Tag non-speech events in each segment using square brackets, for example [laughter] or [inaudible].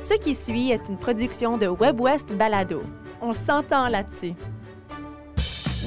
Ce qui suit est une production de WebWest Balado. On s'entend là-dessus.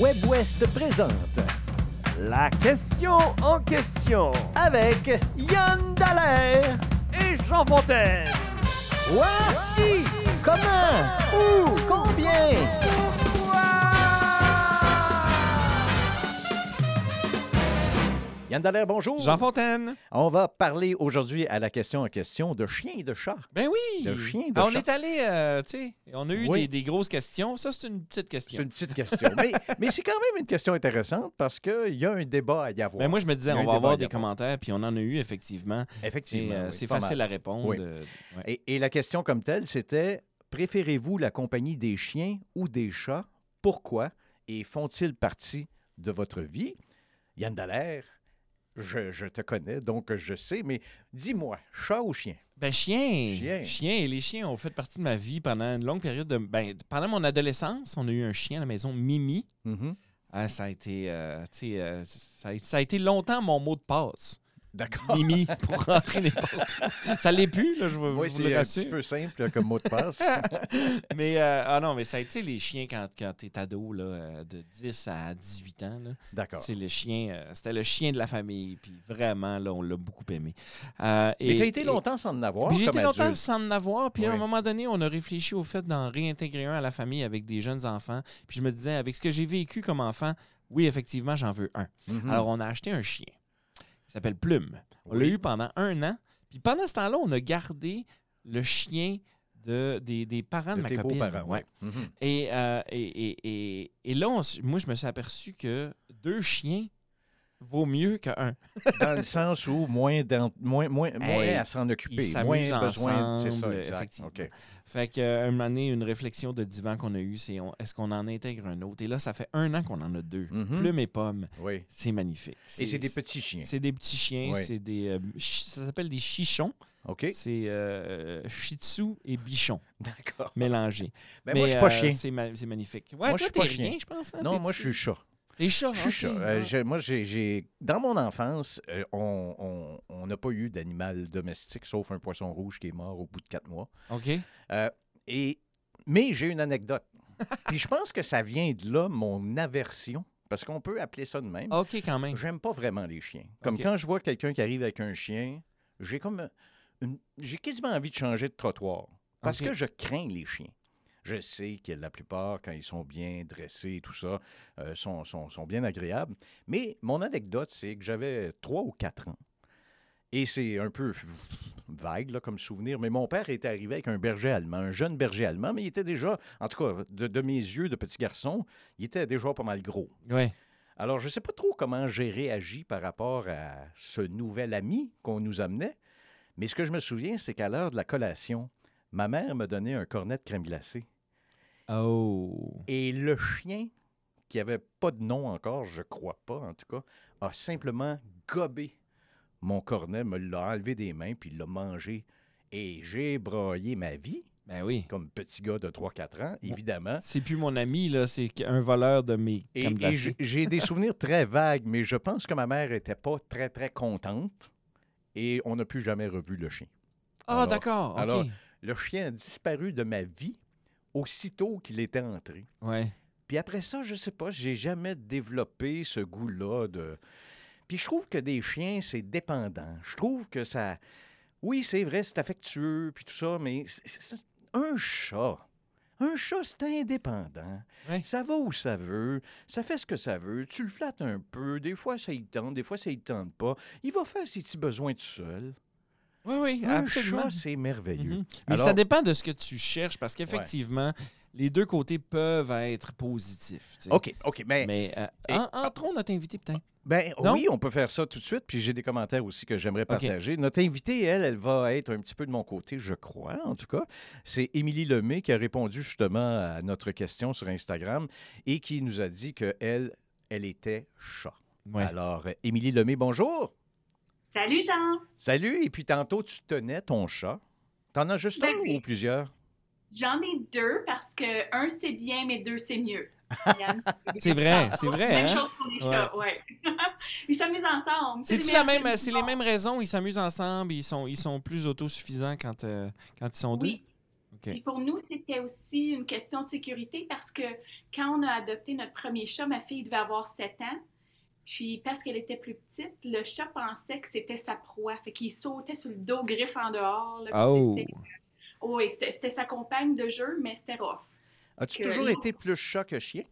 WebWest présente La question en question avec Yann Dallaire. et Jean Fontaine. Quoi? Qui? Comment? Où? Combien? Yann Dallaire, bonjour. Jean Fontaine. On va parler aujourd'hui à la question en question de chiens et de chats. Ben oui. De chien, de Ah, on chat. est allé, euh, tu sais, on a eu Oui. des, des grosses questions. Ça, c'est une petite C'est question. une petite question. mais mais c'est quand même une question intéressante parce qu'il y a un débat à y avoir. Ben moi, je me disais, Il y a on un va débat à avoir y des avoir. commentaires, puis on en a eu, effectivement. C'est Effectivement. euh, oui, c'est pas mal. facile à répondre. Oui. euh, ouais. Et, et la question comme telle, c'était préférez-vous la compagnie des chiens ou des chats? Pourquoi? Et font-ils partie de votre vie? Yann Dallaire, je, je te connais, donc je sais, mais dis-moi, chat ou chien? Ben, chien. Chien. Et les chiens ont fait partie de ma vie pendant une longue période. De, ben, pendant mon adolescence, on a eu un chien à la maison, Mimi. Ah, ça, a été, euh, tu sais, euh, ça, a, ça a été longtemps mon mot de [laughs] passe. D'accord. Mimi, pour rentrer les portes. Ça l'est plus, là, je veux Oui, vous le c'est un rassure. petit peu simple comme mot de [laughs] passe. Mais, euh, ah non, mais ça, tu sais, les chiens quand, quand t'es ado, là, euh, de 10 à 18 ans, là, D'accord. c'est le chien, euh, c'était le chien de la famille. Puis vraiment, là, on l'a beaucoup aimé. Euh, Mais tu as et- été et- longtemps sans en avoir puis J'ai comme été longtemps adulte. sans en avoir. Puis à un Oui. moment donné, on a réfléchi au fait d'en réintégrer un à la famille avec des jeunes enfants. Puis je me disais, avec ce que j'ai vécu comme enfant, oui, effectivement, j'en veux un. Mhm. Alors, on a acheté un chien. Il s'appelle Plume. On Oui. l'a eu pendant un an. Puis pendant ce temps-là, on a gardé le chien de, des, des parents de, de ma tes copine. beaux-parents, oui. Ouais. [laughs] Mhm. Et, euh, et, et- et- et là, on s- moi, je me suis aperçu que deux chiens vaut mieux qu'un. Dans le sens où moins, d'en- moins, moins, moins Hey, à s'en occuper, s'amusent moins besoin. C'est ça, ensemble, exact. effectivement. OK. Fait qu'à un moment donné, une réflexion de divan qu'on a eue, c'est on- est-ce qu'on en intègre un autre? Et là, ça fait un an qu'on en a deux. Mhm. Plume et pomme, Oui. c'est magnifique. Et c'est des petits chiens. C'est des petits chiens, Oui. c'est des, euh, chi- ça s'appelle des chichons. OK. C'est euh, shih tzu et bichon D'accord. mélangés. [laughs] Ben, moi, je suis pas euh, chien. C'est ma- c'est magnifique. Ouais, Moi, je toi, suis pas t'es chien. rien, je pense. hein? Non, T'es- moi, je suis chat. T'es chat. Je suis ok. chat. Euh, Ah. j'ai- moi, j'ai, j'ai- dans mon enfance, euh, on on- on n'a pas eu d'animal domestique, sauf un poisson rouge qui est mort au bout de quatre mois. OK. Euh, et, mais j'ai une [laughs] anecdote. Puis je pense que ça vient de là, mon aversion, parce qu'on peut appeler ça de même. OK, quand même. J'aime pas vraiment les chiens. Comme Ok. quand je vois quelqu'un qui arrive avec un chien, j'ai comme une- j'ai quasiment envie de changer de trottoir parce Ok. que je crains les chiens. Je sais que la plupart, quand ils sont bien dressés et tout ça, euh, sont, sont- sont bien agréables. Mais mon anecdote, c'est que j'avais 3 ou 4 ans. Et c'est un peu vague là, comme souvenir, mais mon père était arrivé avec un berger allemand, un jeune berger allemand, mais il était déjà, en tout cas, de, de mes yeux de petit garçon, il était déjà pas mal gros. Ouais. Alors, je ne sais pas trop comment j'ai réagi par rapport à ce nouvel ami qu'on nous amenait, mais ce que je me souviens, c'est qu'à l'heure de la collation, ma mère me donnait un cornet de crème glacée. Oh. Et le chien, qui n'avait pas de nom encore, je crois pas en tout cas, a simplement gobé mon cornet, me l'a enlevé des mains, puis l'a mangé. Et j'ai broyé ma vie, Ben oui. comme petit gars de 3-4 ans, évidemment. C'est plus mon ami, là, c'est un voleur de mes Et, crèmes et glacées. j'ai- j'ai des souvenirs très vagues, mais je pense que ma mère n'était pas très, très contente et on n'a plus jamais revu le chien. Ah, Alors- d'accord. OK. alors- Le chien a disparu de ma vie aussitôt qu'il était entré. Ouais. Puis après ça, je sais pas, j'ai jamais développé ce goût-là de... Puis je trouve que des chiens, c'est dépendant. Je trouve que ça... Oui, c'est vrai, c'est affectueux, puis tout ça, mais c'est- c'est- un chat, un chat, c'est indépendant. Ouais. Ça va où ça veut, ça fait ce que ça veut, tu le flattes un peu, des fois ça y tente, des fois ça y tente pas. Il va faire ses petits besoins tout seul. Oui, oui, Un absolument. chat, c'est merveilleux. Mhm. Mais Alors- ça dépend de ce que tu cherches, parce qu'effectivement, les deux côtés peuvent être positifs. tu sais. OK, OK, mais... Mais euh, Et- en- entrons notre invité, peut-être. Ben Non? oui, on peut faire ça tout de suite, puis j'ai des commentaires aussi que j'aimerais partager. Notre invitée, elle, elle va être un petit peu de mon côté, je crois, en tout cas. C'est Émilie Lemay qui a répondu justement à notre question sur Instagram et qui nous a dit que elle, elle était chat. Ouais. Alors, euh, Émilie Lemay, bonjour! Salut Jean! Salut! Et puis tantôt, tu tenais ton chat. T'en as juste Ben un oui. ou plusieurs? J'en ai deux parce que un c'est bien, mais deux c'est mieux. Yann. Ah, C'est vrai, c'est vrai. Même hein? chose pour les chats, ouais. [laughs] ils s'amusent ensemble. C'est-tu les la meilleurs même, euh, c'est les amis. mêmes raisons, ils s'amusent ensemble, ils sont, ils sont plus autosuffisants quand, euh, quand ils sont deux? Oui. OK. Et pour nous, c'était aussi une question de sécurité parce que quand on a adopté notre premier chat, ma fille devait avoir 7 ans. Puis parce qu'elle était plus petite, le chat pensait que c'était sa proie. Fait qu'il sautait sur le dos, griffe en dehors. là, puis Oh! c'était- Oui, c'était c'était sa compagne de jeu, mais c'était rough. As-tu Que- toujours été plus chat que chien?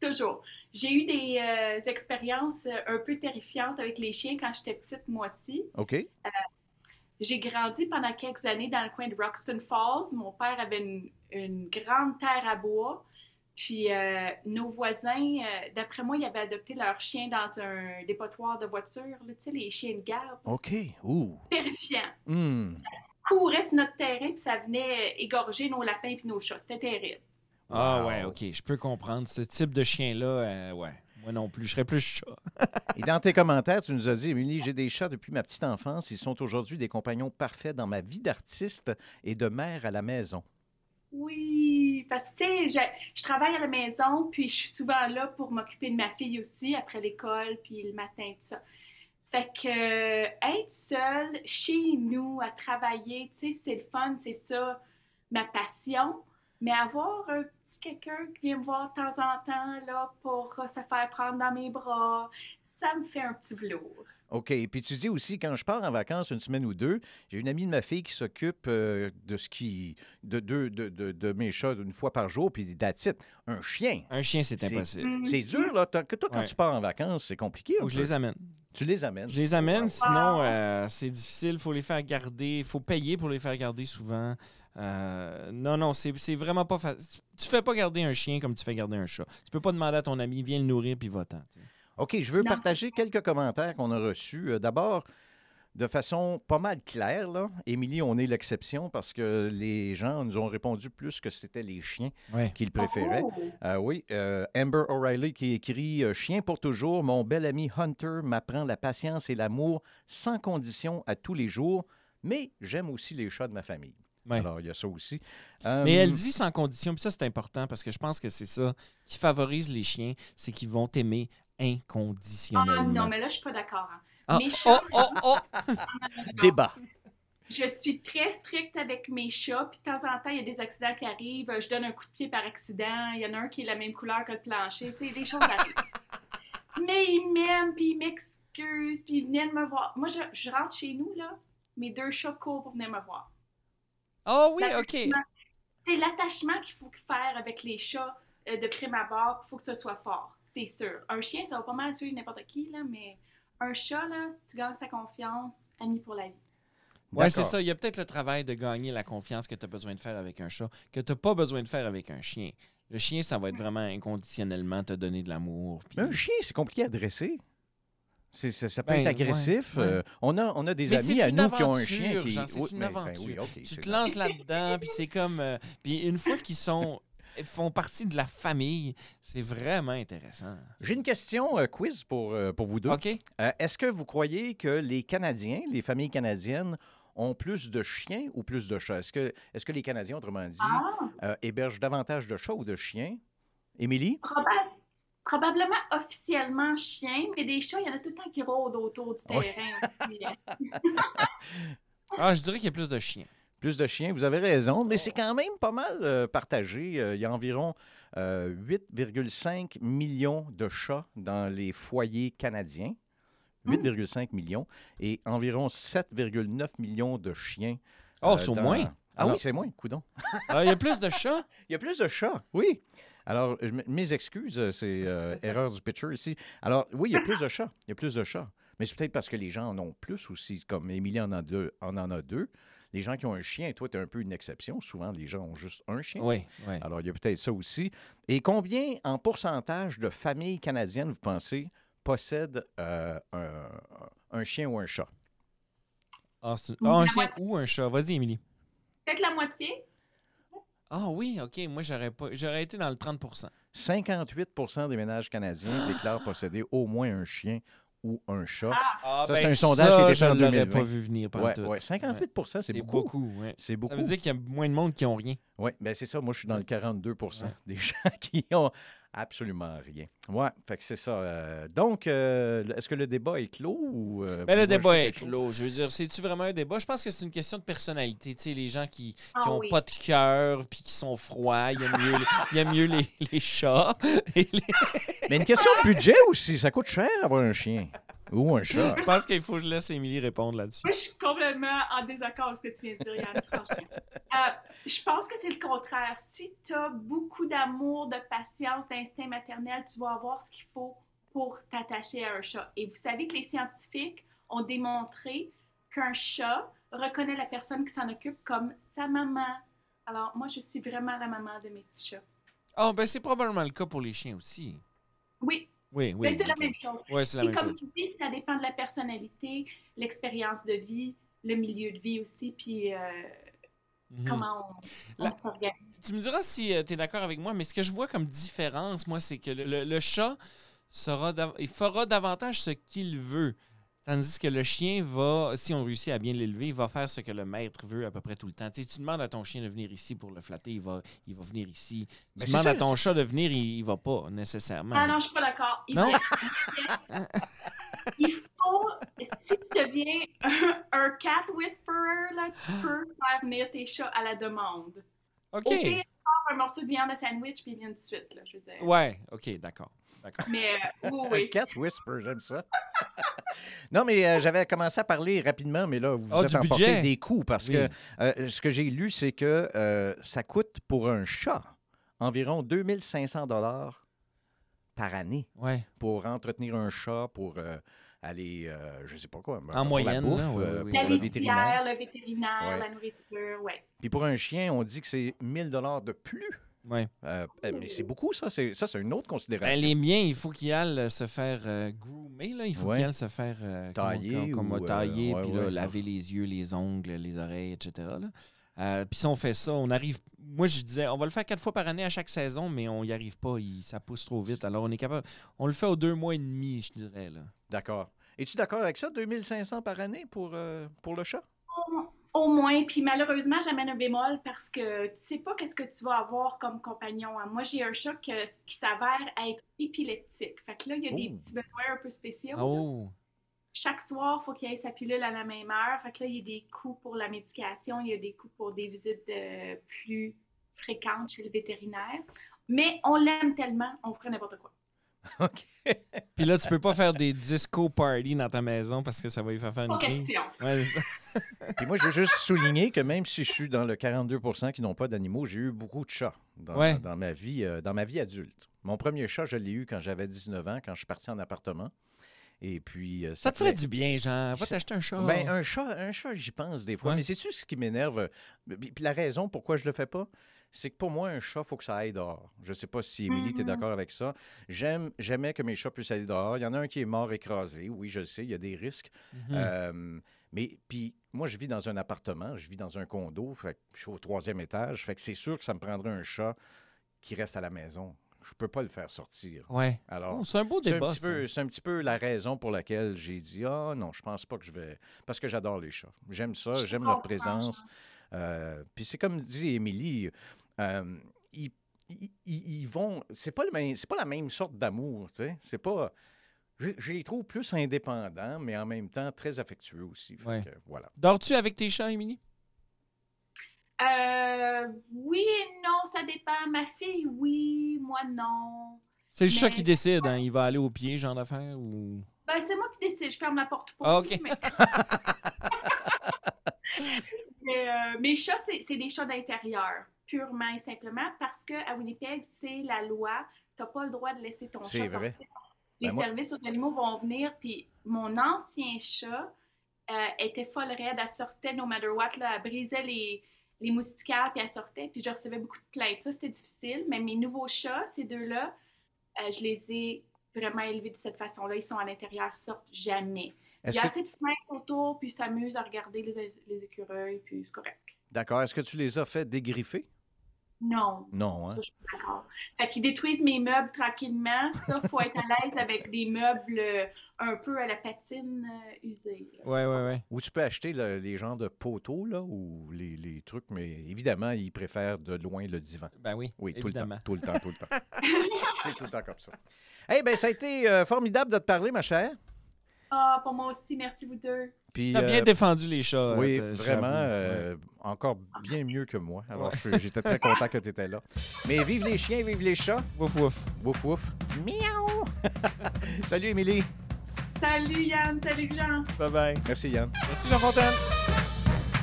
Toujours. J'ai eu des euh, expériences euh, un peu terrifiantes avec les chiens quand j'étais petite, moi aussi. OK. J'ai grandi pendant quelques années dans le coin de Roxton Falls. Mon père avait une, une grande terre à bois. Puis euh, nos voisins, euh, d'après moi, ils avaient adopté leur chien dans un dépotoir de voiture, là, tu sais, les chiens de garde. OK. Ouh. Terrifiant. Hmm. Courait sur notre terrain, puis ça venait égorger nos lapins puis nos chats. C'était terrible. Ah Wow. ouais, ok, je peux comprendre. Ce type de chien-là, euh, ouais. Moi non plus, je serais plus chat. Et dans tes commentaires, tu nous as dit, Émilie, j'ai des chats depuis ma petite enfance. Ils sont aujourd'hui des compagnons parfaits dans ma vie d'artiste et de mère à la maison. Oui, parce que, tu sais, je, je travaille à la maison, puis je suis souvent là pour m'occuper de ma fille aussi, après l'école, puis le matin, tout ça. Ça fait que euh, être seule chez nous à travailler, tu sais, c'est le fun, c'est ça, ma passion. Mais avoir un petit quelqu'un qui vient me voir de temps en temps, là, pour euh, se faire prendre dans mes bras, ça me fait un petit velours. OK. Et Puis tu dis aussi, quand je pars en vacances une semaine ou deux, j'ai une amie de ma fille qui s'occupe euh, de ce qui. De, de, de, de, de mes chats une fois par jour, puis d'attitude. Un chien. Un chien, c'est C'est- impossible. C'est dur, là. T'as- que Toi, quand Ouais. tu pars en vacances, c'est compliqué. un Faut que je peu. les amène. Tu les amènes. Je les amène, sinon euh, c'est difficile. Faut les faire garder. Faut payer pour les faire garder souvent. Euh, non, non, c'est c'est vraiment pas facile. Tu fais pas garder un chien comme tu fais garder un chat. Tu peux pas demander à ton ami, viens le nourrir puis va-t'en. tu sais. OK, je veux Non. partager quelques commentaires qu'on a reçus. Euh, D'abord, de façon pas mal claire, là. Émilie, on est l'exception parce que les gens nous ont répondu plus que c'était les chiens Ouais. qu'ils préféraient. Oh! Ah oui, euh, Amber O'Reilly qui écrit euh, Chien pour toujours, mon bel ami Hunter m'apprend la patience et l'amour sans condition à tous les jours, mais j'aime aussi les chats de ma famille. Ouais. Alors, il y a ça aussi. Euh, Mais elle dit sans condition, puis ça c'est important parce que je pense que c'est ça qui favorise les chiens, c'est qu'ils vont t'aimer inconditionnellement. Ah non, mais là, je suis pas d'accord. hein. Ah, Mes oh, chats- oh, oh! Débat. Je suis très stricte avec mes chats, puis de temps en temps, il y a des accidents qui arrivent. Je donne un coup de pied par accident. Il y en a un qui est la même couleur que le plancher. Tu sais, des choses arrivent. Mais ils m'aiment, puis ils m'excusent, puis ils viennent me voir. Moi, je, je rentre chez nous, là. Mes deux chats courent pour venir me voir. Oh oui, OK. L'attachement. C'est l'attachement qu'il faut faire avec les chats euh, de prime abord. Il faut que ce soit fort, c'est sûr. Un chien, ça va pas mal suivre n'importe qui, là, mais un chat, là, si tu gagnes sa confiance, ami pour la vie. Ouais, c'est D'accord. ça. Il y a peut-être le travail de gagner la confiance que tu as besoin de faire avec un chat, que tu n'as pas besoin de faire avec un chien. Le chien, ça va être vraiment inconditionnellement te donner de l'amour. puis- Mais un chien, c'est compliqué à dresser. C'est- ça, ça peut Ben, être agressif. ouais, ouais. Euh, on, a, on a des Mais amis c'est à une nous qui ont un aventure, chien qui. Jean, c'est Oui, une mais- ben oui, aventure. ok, tu c'est te là. lances là-dedans, puis c'est comme. euh, puis une fois qu'ils sont. ils font partie de la famille, c'est vraiment intéressant. J'ai une question euh, quiz pour, euh, pour vous deux. OK? Euh, Est-ce que vous croyez que les Canadiens, les familles canadiennes, ont plus de chiens ou plus de chats? Est-ce que, est que les Canadiens, autrement dit, Ah! euh, hébergent davantage de chats ou de chiens? Émilie? Proba- probablement officiellement chien, mais des chats, il y en a tout le temps qui rôdent autour du terrain. Oui. aussi. hein. Ah, je dirais qu'il y a plus de chiens. Plus de chiens, vous avez raison, mais c'est quand même pas mal euh, partagé. Euh, il y a environ euh, 8,5 millions de chats dans les foyers canadiens. 8,5 millions et environ 7,9 millions de chiens. Oh, euh, c'est au dans- [laughs] moins. Ah Alors- oui, c'est moins, coudon. Ah, il y a plus de chats? Il y a plus de chats, oui. Alors, je m- mes excuses, euh, c'est [laughs] euh, erreur du pitcher ici. Alors, oui, il y a plus de chats. Il y a plus de chats. Mais c'est peut-être parce que les gens en ont plus aussi. Comme Émilie en a deux, on en a deux. Les gens qui ont un chien, toi, tu es un peu une exception. Souvent, les gens ont juste un chien. [laughs] Oui, oui. Alors, il y a peut-être ça aussi. Et combien en pourcentage de familles canadiennes, vous pensez, possèdent euh, un, un chien ou un chat? Ah, c'est- ah, un chien ou un chat. Vas-y, Émilie. Peut-être la moitié. Ah oui, OK. Moi, j'aurais pas. J'aurais été dans le 30 58 des ménages [gasps] canadiens déclarent posséder au moins un chien ou un chat. Ah, Ça, ben, c'est un sondage qui a été je fait en l'aurais 2020. pas vu venir pendant Ouais, ouais, 58 c'est beaucoup. ouais. C'est Ça beaucoup. veut dire qu'il y a moins de monde qui ont rien. Oui, ben c'est ça. Moi, je suis dans le 42 des [laughs] gens qui ont absolument rien. Oui, fait que c'est ça. Euh, donc, euh, est-ce que le débat est clos ou. euh, Ben, moi, le je débat dis est quelque chose? clos. Je veux dire, c'est-tu vraiment un débat? Je pense que c'est une question de personnalité. Tu sais, les gens qui Ah n'ont oui. pas de cœur puis qui sont froids, il y a mieux, il y a mieux les, [laughs] les chats. Et les- Mais une question de budget aussi. Ça coûte cher avoir un chien ou un chat. Je pense qu'il faut que je laisse Émilie répondre là-dessus. Moi, je suis complètement en désaccord avec ce que tu viens de dire, Yann, franchement. Euh, je pense que c'est le contraire. Si tu as beaucoup d'amour, de patience, d'instinct maternel, tu vas avoir ce qu'il faut pour t'attacher à un chat. Et vous savez que les scientifiques ont démontré qu'un chat reconnaît la personne qui s'en occupe comme sa maman. Alors, moi, je suis vraiment la maman de mes petits chats. Ah, ben c'est probablement le cas pour les chiens aussi. Oui, Oui, oui. mais Ben, c'est la ok. même chose. Ouais, c'est la Puis même comme chose. tu dis, ça dépend de la personnalité, l'expérience de vie, le milieu de vie aussi, puis euh, Mhm. comment on, on La- s'organise. Tu me diras si tu es d'accord avec moi, mais ce que je vois comme différence, moi, c'est que le, le- le chat sera dav- il fera davantage ce qu'il veut. Tandis que le chien va, si on réussit à bien l'élever, il va faire ce que le maître veut à peu près tout le temps. Tu, sais, tu demandes à ton chien de venir ici pour le flatter, il va, il va venir ici. Ben, tu c'est demandes ça, à ton c'est- chat de venir, il, il va pas nécessairement. Ah non, je suis pas d'accord. Il Non? faut- Il faut, si tu deviens un, un cat whisperer, là, tu peux faire venir tes chats à la demande. Ah. OK. Au pire, tu sors un morceau de viande à sandwich, puis ils viennent tout de suite, là, je veux dire. Ouais, OK, d'accord. D'accord. Mais euh, oui, Un oui. cat whisper, j'aime ça. [laughs] non, mais euh, j'avais commencé à parler rapidement, mais là, vous Ah, vous êtes du emporté budget. des coûts parce Oui. que euh, ce que j'ai lu, c'est que euh, ça coûte pour un chat environ 2500 dollars par année Ouais. pour entretenir un chat, pour euh, aller, euh, je sais pas quoi, pour la moyenne, bouffe, là, oui, euh, oui, oui. La pour le vétérinaire. litière, le vétérinaire, Ouais. la nourriture, ouais. Puis pour un chien, on dit que c'est 1000 dollars de plus. Ouais. Euh, euh, mais c'est beaucoup, ça. C'est, ça, c'est une autre Ben, considération. les miens, il faut qu'ils aillent euh, se faire euh, groomer, là. il faut Ouais. qu'ils aillent se faire euh, comment- Tailler comment- comment ou, euh, tailler, ouais, puis là, ouais. laver les yeux, les ongles, les oreilles, etc. là. Euh, puis si on fait ça, on arrive. Moi, je disais, on va le faire quatre fois par année à chaque saison, mais on n'y arrive pas, il- ça pousse trop vite. Alors, on est capable. On le fait aux deux mois et demi, je dirais. Là. D'accord. Es-tu d'accord avec ça, 2500 par année pour, euh, pour le chat? Au moins, puis malheureusement, j'amène un bémol parce que tu sais pas qu'est-ce que tu vas avoir comme compagnon. hein. Moi, j'ai un chat que- qui s'avère être épileptique. Fait que là, il y a des Oh. petits besoins un peu spéciaux. Oh! Chaque soir, faut qu'il ait sa pilule à la même heure. Fait que là, il y a des coûts pour la médication, il y a des coûts pour des visites euh, plus fréquentes chez le vétérinaire. Mais on l'aime tellement, on ferait n'importe quoi. OK. Puis là, tu peux pas faire des disco parties dans ta maison parce que ça va lui faire faire une Pas crise. question. Ouais, c'est ça. Puis moi, je veux juste souligner que même si je suis dans le 42 qui n'ont pas d'animaux, j'ai eu beaucoup de chats dans, Ouais. dans ma vie, euh, dans ma vie adulte. Mon premier chat, je l'ai eu quand j'avais 19 ans, quand je suis parti en appartement. Et puis, euh, ça te ferait tenait- du bien, Jean. Va Ça- t'acheter un chat. Ben, un chat, un chat j'y pense des fois. Oh. Ouais. Mais c'est-tu ce qui m'énerve? euh, Puis puis la raison pourquoi je le fais pas, c'est que pour moi, un chat, faut que ça aille dehors. Je sais pas si Émilie, t'es Mhm. d'accord avec ça. J'aime, j'aimais que mes chats puissent aller dehors. Il y en a un qui est mort écrasé. Oui, je le sais, il y a des risques. Mhm. Euh, mais puis moi, je vis dans un appartement, je vis dans un condo, fait que je suis au troisième étage. Fait que c'est sûr que ça me prendrait un chat qui reste à la maison. Je peux pas le faire sortir. Ouais. Alors, Oh, c'est un beau Ah. c'est un, débat. petit ça. peu, c'est un petit peu la raison pour laquelle j'ai dit Ah non, je pense pas que je vais. Parce que j'adore les chats. J'aime ça, Je j'aime comprends. leur présence. Euh, puis c'est comme dit Émilie, euh, ils, ils- ils- ils vont. C'est pas, le même- c'est pas la même sorte d'amour, tu sais. C'est pas. Je, je les trouve plus indépendants, mais en même temps très affectueux aussi. Fait Ouais. que, voilà. Dors-tu avec tes chats, Émilie? Euh, oui et non, ça dépend. Ma fille, oui, moi, non. C'est le chat Mais- qui décide, hein. Il va aller au pied, genre d'affaires, ou... Ben, c'est moi qui décide. Je ferme la porte pour Ah, lui, ok. mais... [laughs] Mais, euh, mes chats, c'est c'est des chats d'intérieur, purement et simplement, parce qu'à Winnipeg, c'est la loi. Tu n'as pas le droit de laisser ton C'est chat vrai. sortir. Les Ben, moi- services aux animaux vont venir, puis mon ancien chat euh, était folle raide. Elle sortait no matter what, là, elle brisait les, les moustiquaires, puis elle sortait, puis je recevais beaucoup de plaintes. Ça, c'était difficile, mais mes nouveaux chats, ces deux-là, euh, je les ai vraiment élevés de cette façon-là. Ils sont à l'intérieur, ils sortent jamais. Il Est-ce y a que, assez de fenêtres autour, puis ils s'amusent à regarder les, les écureuils, puis c'est correct. d'accord, est-ce que tu les as fait dégriffer? Non. Non, hein? Ça, je suis pas d'accord. Fait qu'ils détruisent mes meubles tranquillement. Ça, faut être à l'aise avec des meubles euh, un peu à la patine euh, usée. là. Ouais, ouais, ouais. Ou tu peux acheter le- les genres de poteaux, là, ou les, les trucs, mais évidemment, ils préfèrent de loin le divan. Ben oui. Oui, tout évidemment. le temps, tout le [laughs] temps, tout le temps. C'est tout le temps comme ça. Eh bien, ça a été euh, formidable de te parler, ma chère. Ah, pour moi aussi, merci vous deux. Puis, T'as bien euh, défendu les chats. Oui, euh, vraiment, j'avoue. Ouais. euh, encore bien mieux que moi. Alors, je- j'étais très content que tu étais là. Mais vive les chiens, vive les chats. Wouf, wouf. Wouf, wouf. Miaou. [laughs] Salut, Émilie. Salut Yann, salut Jean. Bye bye. Merci, Yann. Merci, Jean Fontaine.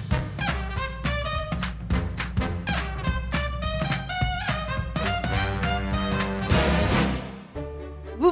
Vous